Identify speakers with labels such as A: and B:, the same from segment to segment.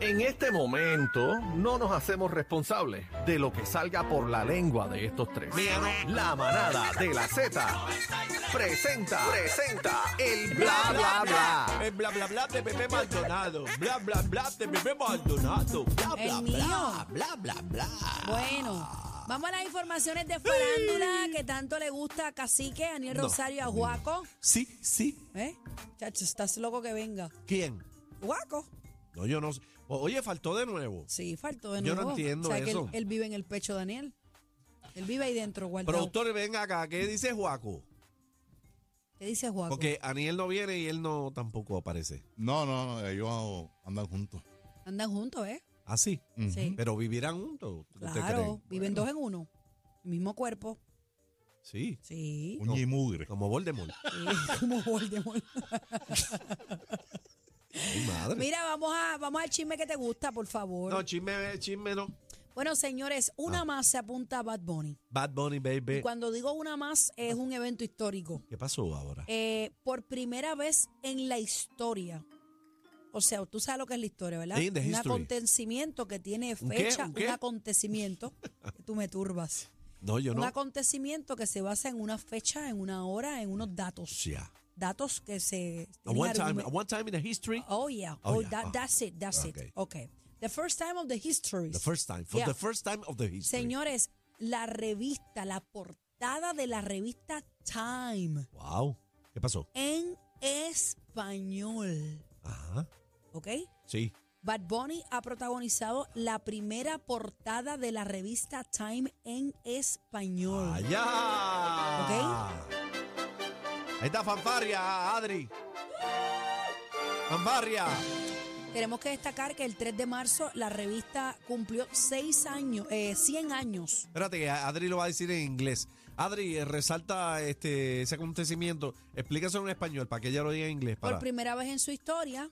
A: En este momento no nos hacemos responsables de lo que salga por la lengua de estos tres. La manada de la Z presenta, presenta el bla bla bla.
B: El bla bla bla de Pepe Maldonado. Bla bla bla de Pepe Maldonado. Bla bla
C: El
B: bla.
C: mío.
B: Bla bla bla.
C: Bueno, vamos a las informaciones de farándula que tanto le gusta a Cacique, a Daniel
B: No.
C: Rosario, a Juaco.
B: Sí, sí.
C: ¿Eh? Chacho, estás loco que venga.
B: ¿Quién?
C: Juaco.
B: No, yo no sé. O- Oye, faltó de nuevo.
C: Sí, faltó de
B: Yo
C: nuevo.
B: no entiendo
C: O sea, que
B: eso.
C: él, él vive en el pecho, Daniel. Él vive ahí dentro, guardado.
B: Productor, ven acá. ¿Qué dice Juaco?
C: ¿Qué dice Juaco?
B: Porque Aniel no viene y él no tampoco aparece.
D: No, no, no, ellos andan juntos.
C: Andan juntos, ¿eh?
B: Así.
D: Ujú.
C: Sí.
B: ¿Ah, Pero vivirán juntos. ¿usted
C: Claro,
B: cree?
C: viven dos en uno. El mismo cuerpo.
B: Sí.
C: Sí.
D: Uña y mugre.
B: Como Voldemort.
C: sí, Como Voldemort.
B: Mi madre.
C: Mira, vamos, a, vamos al chisme que te gusta, por favor.
B: No, Ah. chisme, chisme no.
C: Bueno, señores, una más se apunta a Bad Bunny.
B: Bad Bunny,
C: Y
B: baby.
C: cuando digo una más, es un evento histórico.
B: ¿Qué pasó ahora?
C: Eh, por primera vez en la historia. O sea, tú sabes lo que es la historia, ¿verdad?
B: In the
C: Un
B: history.
C: acontecimiento que tiene
B: ¿Un qué?
C: fecha,
B: ¿Un qué?
C: acontecimiento. que tú me turbas.
B: No, yo
C: Un
B: no.
C: acontecimiento que se basa en una fecha, en una hora, en unos datos.
B: Yeah.
C: Datos que se.
B: A
C: tienen
B: one time,
C: argumen-
B: a one time in the history.
C: Oh, yeah.
B: Oh,
C: Oh,
B: yeah.
C: that-
B: Ah.
C: that's it, that's
B: Okay.
C: it. Okay. The first time of the histories.
B: The first time. For
C: Yeah.
B: the first time of the history.
C: Señores, la revista, la portada de la revista Time
B: Wow. ¿Qué pasó?
C: en español,
B: Ajá.
C: ¿ok?
B: Sí.
C: Bad Bunny ha protagonizado la primera portada de la revista Time en español.
B: Allá.
C: Oh. Ok.
B: Ahí está fanfarria, Adri. Fanfarria.
C: Tenemos que destacar que el 3 de marzo la revista cumplió 6 años, eh, 100 años.
B: Espérate, que Adri lo va a decir en inglés. Adri, eh, resalta este ese acontecimiento. Explícaselo en español para que ella lo diga en inglés. Para. Ah,
C: Por primera vez en su historia.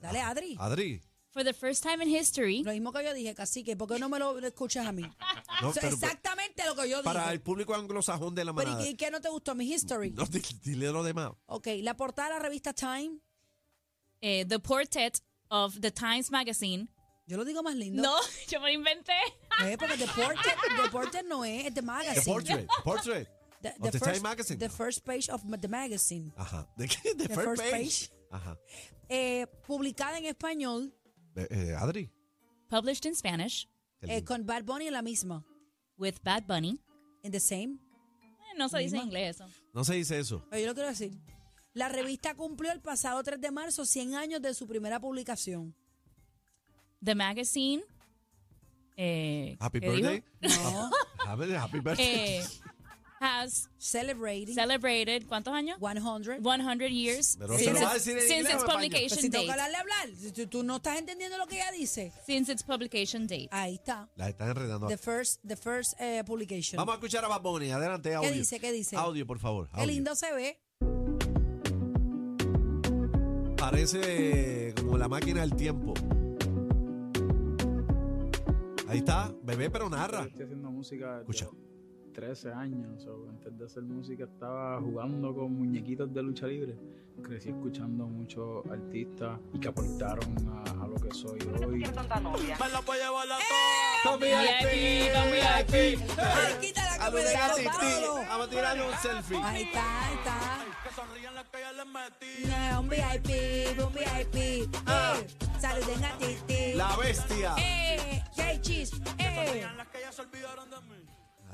C: Dale, Adri.
B: Adri.
E: For the first time in history,
C: Lo mismo que yo dije, cacique, ¿por qué no me lo escuchas a mí?
B: No,
C: Eso es
B: pero-
C: exactamente lo que yo dije.
B: para el público anglosajón de la
C: Pero
B: manada.
C: ¿y qué- qué no te gustó? Mi history.
B: No, di- dile lo demás.
C: Ok, la portada de la revista Time.
E: eh, the portrait of the Times Magazine.
C: Yo lo digo más lindo.
E: No, yo me lo inventé.
C: Eh, porque The Portrait, The Portrait no es, es The Magazine.
B: The portrait. Portrait.
C: The,
B: of the Time
C: first,
B: Magazine.
C: The first page of the magazine.
B: Ajá. ¿De qué? The,
C: The
B: first,
C: first
B: page.
C: page.
B: Ajá.
C: Eh, publicada en español
B: Eh, eh, Adri.
E: Published in Spanish
B: qué
C: eh,
B: lindo.
C: con Bad Bunny en la misma.
E: with Bad Bunny.
C: In the same.
E: Eh, No se dice en inglés eso.
B: No se dice eso.
C: Pero yo lo quiero decir. La revista cumplió el pasado 3 de marzo 100 años de su primera publicación.
E: The magazine. eh,
B: Happy
E: ¿qué dijo?
B: birthday.
C: No.
B: Happy, happy birthday.
E: Eh, has
C: Celebrating
E: celebrated, ¿cuántos años?
C: 100.
E: 100 years
B: Pero se lo va a decir en
E: since
B: inglés
E: its
B: o en español.
C: Pero
E: publication
C: Pues si tengo que
E: date.
C: hablarle hablar, Si tú- tú no estás entendiendo lo que ella dice.
E: Since its publication date.
C: Ahí está.
B: Las están enredando.
C: The first, the first eh, publication.
B: Vamos a escuchar a Bad Bunny. Adelante, audio.
C: dice? ¿Qué dice?
B: Audio, por favor.
C: Qué
B: audio.
C: lindo se ve.
B: Parece como la máquina del tiempo. Ahí está, bebé, pero
F: Yo
B: narra.
F: estoy haciendo música desde
B: Escucha.
F: los 13 años. o antes de hacer música estaba jugando con muñequitos de lucha libre. Crecí escuchando muchos artistas y que aportaron a, a lo que soy hoy.
E: VIP, con VIP.
C: Ay, quítala que me descomparo.
B: Vamos a tirarle un selfie.
C: Ahí está, ahí está. No, un VIP, un VIP. Eh, saluden a Titi.
B: La bestia.
C: Eh, Jay Cheese. Eh.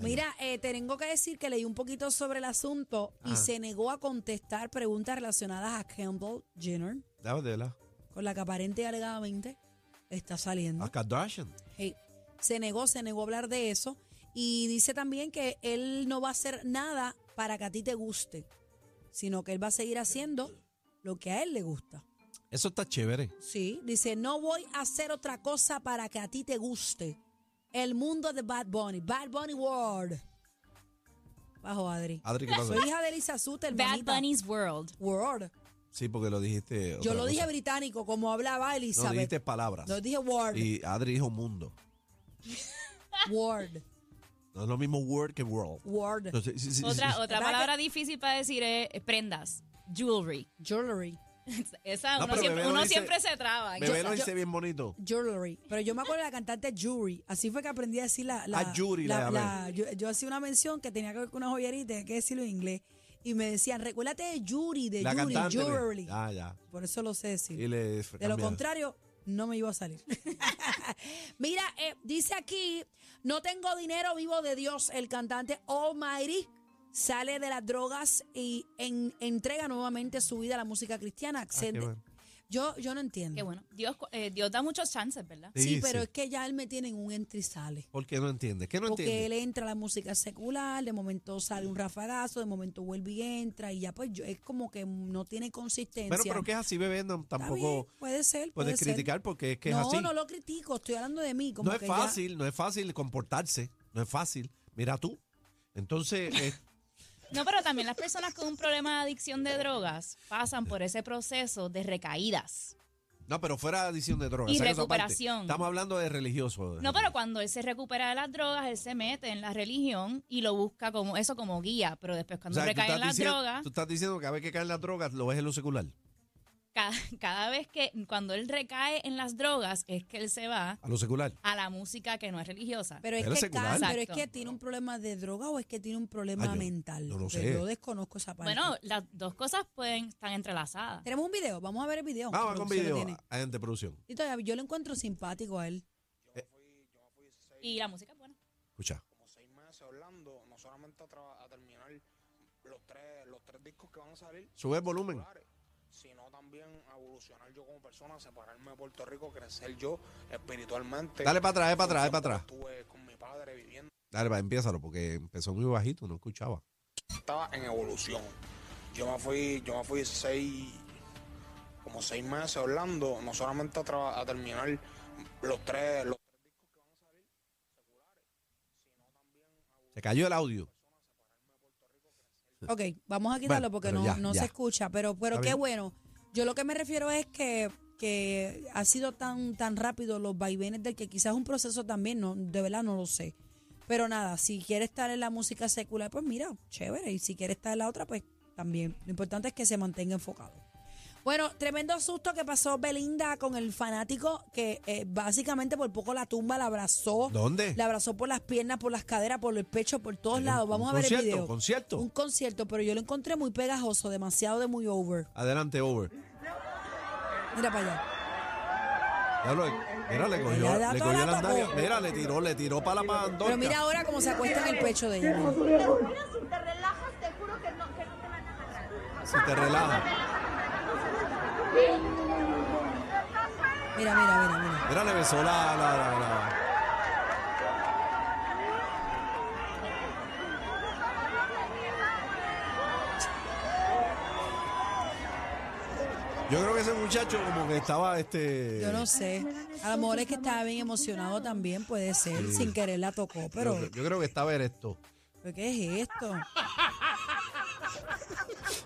C: Mira, eh, te tengo que decir que leí un poquito sobre el asunto y se negó a contestar preguntas relacionadas a Campbell Jenner,
B: Dame de la-
C: con la que aparente y alegadamente está saliendo.
B: A Kardashian.
C: Hey, eh, se negó, se negó a hablar de eso. Y dice también que él no va a hacer nada para que a ti te guste, sino que él va a seguir haciendo lo que a él le gusta.
B: Eso está chévere.
C: Sí, dice, no voy a hacer otra cosa para que a ti te guste. El mundo de Bad Bunny, Bad Bunny World. Bajo Adri.
B: Adri, ¿qué pasa?
C: Soy hija de Elisa Suter,
E: Bad
C: hermanita.
E: Bunny's World.
C: World.
B: Sí, porque lo dijiste. otra
C: Yo lo
B: cosa.
C: dije británico, como hablaba
B: No
C: Elizabeth.
B: dijiste palabras.
C: Lo dije World.
B: Y Adri dijo mundo.
C: World.
B: No es lo mismo word que world.
C: World.
B: Entonces, sí, sí, sí,
E: Otra,
B: sí.
E: otra
C: ¿Verdad que-
E: palabra difícil para decir es prendas. eh, Jewelry.
C: Jewelry.
E: Esa,
B: No,
E: uno
B: pero
E: siempre,
B: Bebé lo
E: uno
B: dice-
E: siempre se traba.
B: Bebé
E: Yo-
B: lo
E: yo-
B: dice bien bonito.
C: Jewelry. Pero yo me acuerdo de la cantante Jury. Así fue que aprendí a decir la. la
B: Ah, Yuri, la de Abel.
C: yo, yo hacía una mención que tenía que ver con una joyería y tenía que decirlo en inglés. Y me decían, recuérdate de Jury, de
B: la
C: Jury,
B: cantante. le-
C: Jewelry.
B: Ah, ya.
C: Por eso lo sé decir.
B: Y le Ah,
C: De lo
B: cambiaron.
C: contrario, no me iba a salir. Mira, eh, dice aquí, no tengo dinero vivo de Dios. El cantante Almighty sale de las drogas y en- entrega nuevamente su vida a la música cristiana.
B: Ah,
C: Se-
B: qué bueno.
C: yo, yo no entiendo.
E: Qué bueno. Dios, co- eh, Dios da muchos chances, ¿verdad?
C: Sí,
B: Sí,
C: pero
B: sí.
C: es que ya él me tiene en un entra y sale.
B: ¿Por qué no entiende? ¿Qué no
C: Porque
B: entiende?
C: él entra a la música secular, de momento sale un rafagazo, de momento vuelve y entra, y ya pues yo- es como que no tiene consistencia.
B: Bueno, pero que es así, bebé, no-
C: Está
B: tampoco
C: bien, puede ser, puede
B: puedes
C: ser.
B: criticar porque es que
C: no,
B: es así.
C: no lo critico, estoy hablando de mí. Como
B: no es
C: que ya-
B: fácil, no es fácil comportarse, no es fácil. Mira tú. Entonces, eh,
E: No, pero también las personas con un problema de adicción de drogas pasan por ese proceso de recaídas.
B: no, pero fuera de adicción de drogas.
E: Y
B: saca esa parte.
E: recuperación.
B: Estamos hablando de religioso.
E: No, pero cuando él se recupera de las drogas, él se mete en la religión y lo busca como eso como guía, pero después
B: O
E: cuando
B: sea, tú
E: recae
B: estás
E: en las
B: diciendo-
E: drogas,
B: Tú estás diciendo que a vez que caen las drogas lo ves en lo secular,
E: ca- cada, vez que cuando él recae en las drogas es que él se va
B: a lo secular.
E: a la música que no es religiosa.
C: Pero es,
B: Era
C: que,
B: secular.
C: ca- pero es
E: Exacto.
C: que tiene un problema de droga o es que tiene un problema
B: Ah, yo-
C: mental.
B: yo no
C: Pero
B: sé.
C: Yo desconozco esa parte.
E: bueno, las dos cosas pueden estar entrelazadas.
C: tenemos un video, vamos a ver el video.
B: Vamos
C: que
B: Ah, con
C: producción lo
B: video,
C: tiene.
B: gente producción.
C: Y todavía yo lo encuentro simpático a él.
E: Y la música es buena.
B: Escucha.
G: como seis meses hablando, no solamente a, tra- a terminar los tres, los tres discos que van a salir.
B: Sube el volumen.
G: populares, sino también a evolucionar yo como persona, separarme de Puerto Rico, crecer yo espiritualmente.
B: Dale para atrás, dale para atrás, dale para atrás.
G: Estuve con mi padre viviendo,
B: Dale, va, empiézalo porque empezó muy bajito, no escuchaba.
G: estaba en evolución. Yo me fui, yo me fui seis, como seis meses hablando, no solamente a, tra- a terminar los tres, los
B: Se cayó el audio.
C: Ok, vamos a quitarlo porque
B: pero
C: no,
B: ya,
C: no
B: ya.
C: se escucha, pero, pero
B: Está
C: qué
B: bien.
C: bueno. Yo lo que me refiero es que, que ha sido tan, tan rápido los vaivenes del que quizás es un proceso también, no, de verdad no lo sé. Pero nada, si quiere estar en la música secular, pues mira, chévere. Y si quiere estar en la otra, pues también. Lo importante es que se mantenga enfocado. Bueno, tremendo susto que pasó Belinda con el fanático que eh, básicamente por poco la tumba, la abrazó.
B: ¿Dónde?
C: La abrazó por las piernas, por las caderas, por el pecho, por todos
B: Un-
C: lados. Vamos
B: un
C: a ver el
B: concierto,
C: video.
B: un concierto.
C: Un concierto, pero yo lo encontré muy pegajoso, demasiado de muy over.
B: Adelante, over.
C: Mira para allá.
B: Ya lo- mira, le
C: Le ha
B: cogió,
C: dado
B: le
C: toda
B: cogió
C: la
B: la
C: tapó.
B: andalla. Mira, le tiró, le tiró para la pandora.
C: Pero mira ahora cómo se acuesta en el pecho de ella. mira.
H: Te juro, si te relajas, te juro que no, que no te van a matar.
B: Si te relaja.
C: Mira, mira, mira, mira.
B: Mira, le besó la. la, la, la- Yo creo que ese muchacho como que estaba este.
C: Yo no sé. A lo mejor es que estaba bien emocionado también, puede ser. Sin querer la tocó,
B: yo,
C: pero
B: creo- yo creo que estaba erecto.
C: ¿pero ¿qué es esto?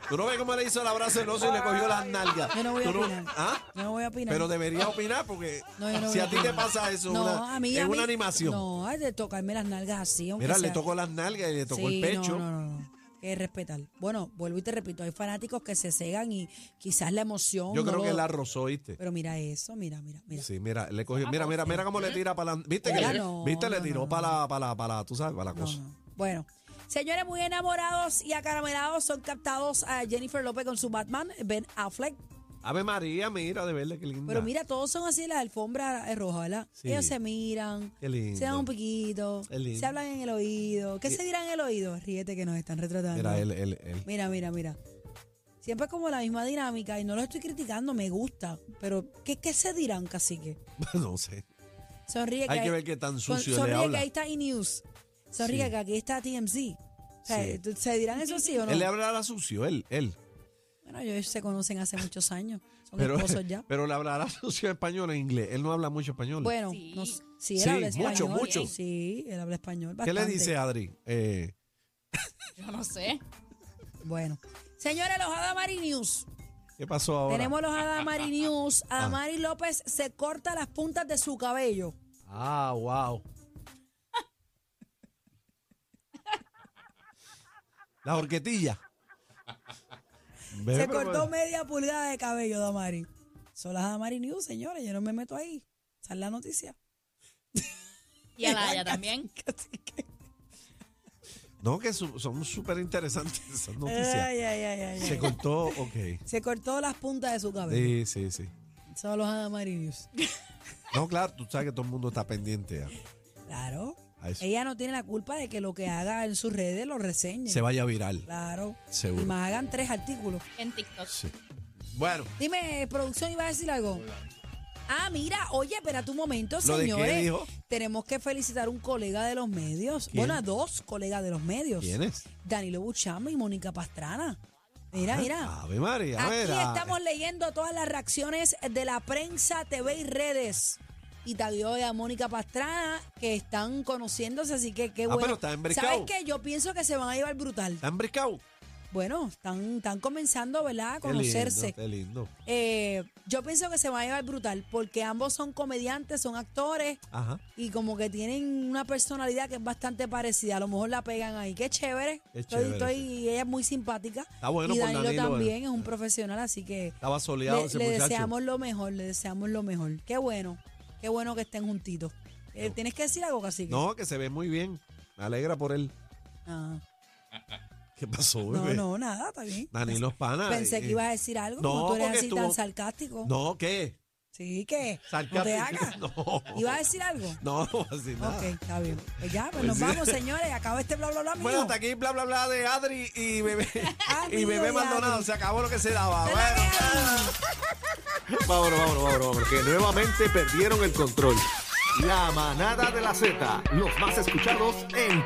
B: Tú no ves cómo le hizo el abrazo no y le cogió las nalgas.
C: Yo no voy a
B: Tú
C: opinar.
B: ¿Ah?
C: Yo no voy a opinar.
B: Pero debería opinar porque
C: No, yo no
B: si
C: voy
B: a ti te
C: opinar.
B: pasa eso
C: No,
B: una-
C: a mí-
B: en
C: a
B: una
C: mí-
B: animación.
C: No, hay de tocarme las nalgas así. aunque
B: Mira, le
C: sea-
B: tocó las nalgas y le tocó
C: Sí,
B: el
C: no,
B: pecho.
C: No, no, no. Que respetar. Bueno, vuelvo y te repito, hay fanáticos que se cegan y quizás la emoción.
B: Yo
C: no
B: creo
C: lo-
B: que la rozó, ¿viste?
C: Pero mira eso, mira, mira, mira.
B: Sí, mira, le cogió, mira, mira, mira cómo le tira para la, viste que
C: Mira,
B: le,
C: ¿Eh? no,
B: viste
C: no,
B: le
C: no,
B: tiró
C: no.
B: para la, para la, para la- tú sabes, para la
C: No,
B: cosa.
C: no. Bueno, señores muy enamorados y acaramelados son captados a Jennifer López con su Batman, Ben Affleck.
B: Ave María, mira, de verle qué linda.
C: Pero mira, todos son así, la alfombra es roja, ¿verdad?
B: Sí.
C: Ellos se miran,
B: Qué lindo.
C: se dan un piquito,
B: Qué lindo.
C: se hablan en el oído. ¿Qué se dirán en el oído? Ríete que nos están retratando.
B: Mira, él, él, él.
C: Mira, mira, mira. Siempre es como la misma dinámica y no lo estoy criticando, me gusta. Pero, ¿qué, qué se dirán, cacique?
B: no sé.
C: Sonríe
B: Hay
C: ahí-
B: que ver qué tan
C: son-
B: sucio le
C: Sonríe que
B: habla.
C: ahí está E-News. Sonríe
B: Sí.
C: que aquí está TMZ. O sea,
B: Sí.
C: ¿tú- ¿Se dirán eso sí o no?
B: Él le hablará sucio, él, él.
C: Bueno, ellos se conocen hace muchos años. Son
B: Pero,
C: esposos ya.
B: pero le hablará sucio español en inglés. Él no habla mucho español.
C: Bueno,
E: Sí.
C: no s- sí, él
B: Sí,
C: habla
B: mucho,
C: español.
B: mucho.
C: Sí, él habla español.
B: ¿Qué le
C: bastante.
B: dice Adri? Eh,
E: Yo no sé.
C: Bueno. Señores, los Adamari News.
B: ¿Qué pasó ahora? Ah.
C: Tenemos los Adamari News. Adamari López se corta las puntas de su cabello.
B: Ah, wow. La horquetilla. Ve,
C: Se
B: pero-
C: cortó media pulgada de cabello, Damari. Son las Damari News, señores. Yo no me meto ahí. Esa es la noticia.
E: Y a Laia también.
C: Así que-
B: No, que su- son súper interesantes esas noticias.
C: Ay, ay, ay, ay,
B: Se
C: ay.
B: cortó, ok.
C: Se cortó las puntas de su
B: Sí,
C: cabello.
B: sí, sí.
C: Son los Damari News.
B: No, claro, tú sabes que todo el mundo está pendiente a,
C: Claro.
B: a eso.
C: Ella no tiene la culpa de que lo que haga en sus redes lo reseñe.
B: Se vaya viral,
C: Claro. Y
B: seguro.
C: más hagan tres artículos.
E: En TikTok.
B: Sí. Bueno,
C: Dime, producción, iba a decir algo. Ah, mira, oye, espera un momento,
B: ¿Lo de qué
C: señores.
B: dijo?
C: Tenemos que felicitar a un colega de los medios.
B: ¿Quién?
C: Bueno, a dos colegas de los medios.
B: ¿quién es?
C: Danilo Buchama y Mónica Pastrana. Mira,
B: Ah,
C: mira.
B: Ave María, a
C: Aquí
B: ver, ah, eh, a-
C: estamos leyendo todas las reacciones de la prensa, TV y redes. Y tagueó a Mónica Pastrana, que están conociéndose, así que qué
B: Ah,
C: bueno.
B: pero está embricado.
C: ¿Sabes qué? Yo pienso que se van a llevar brutal.
B: ¿Están briscados?
C: Bueno, están, están comenzando, ¿verdad? A
B: Qué lindo,
C: conocerse.
B: Qué lindo.
C: Eh, yo pienso que se va a llevar brutal, porque ambos son comediantes, son actores,
B: Ajá,
C: y como que tienen una personalidad que es bastante parecida. A lo mejor la pegan ahí. Qué chévere.
B: Qué
C: Estoy-
B: chévere,
C: estoy- y ella es muy simpática.
B: Está bueno
C: y
B: por
C: Danilo
B: Danilo,
C: también
B: eh.
C: es un profesional, así que
B: estaba soleado
C: le,
B: ese
C: le
B: muchacho.
C: deseamos lo mejor, le deseamos lo mejor. Qué bueno, qué bueno que estén juntitos. Eh, ¿Tienes que decir algo, Cacique?
B: No, que se ve muy bien. Me alegra por él.
C: Ah,
B: ¿Qué pasó,
C: no,
B: bebé?
C: no, nada, está bien.
B: Danilo es pana.
C: Pensé que
B: eh,
C: ibas a decir algo,
B: no,
C: como tú eres
B: porque
C: así
B: estuvo-
C: tan sarcástico.
B: No, ¿qué?
C: Sí, que no te hagas.
B: Sarcástico. No.
C: ¿Ibas a decir algo?
B: No, no voy a decir nada.
C: Ok, está bien. Pues ya, pues
B: Pues
C: nos
B: sí.
C: vamos, señores. Acaba este bla, bla, bla,
B: Bueno,
C: mío.
B: hasta aquí bla bla bla de Adri y bebé y
C: Amigo
B: bebé
C: de
B: Maldonado.
C: Adri.
B: Se acabó lo que se daba.
C: Te la
B: Bueno.
C: vean.
A: Vámonos, vámonos, vámonos, vámonos, que nuevamente perdieron el control. La manada de la Z, los más escuchados en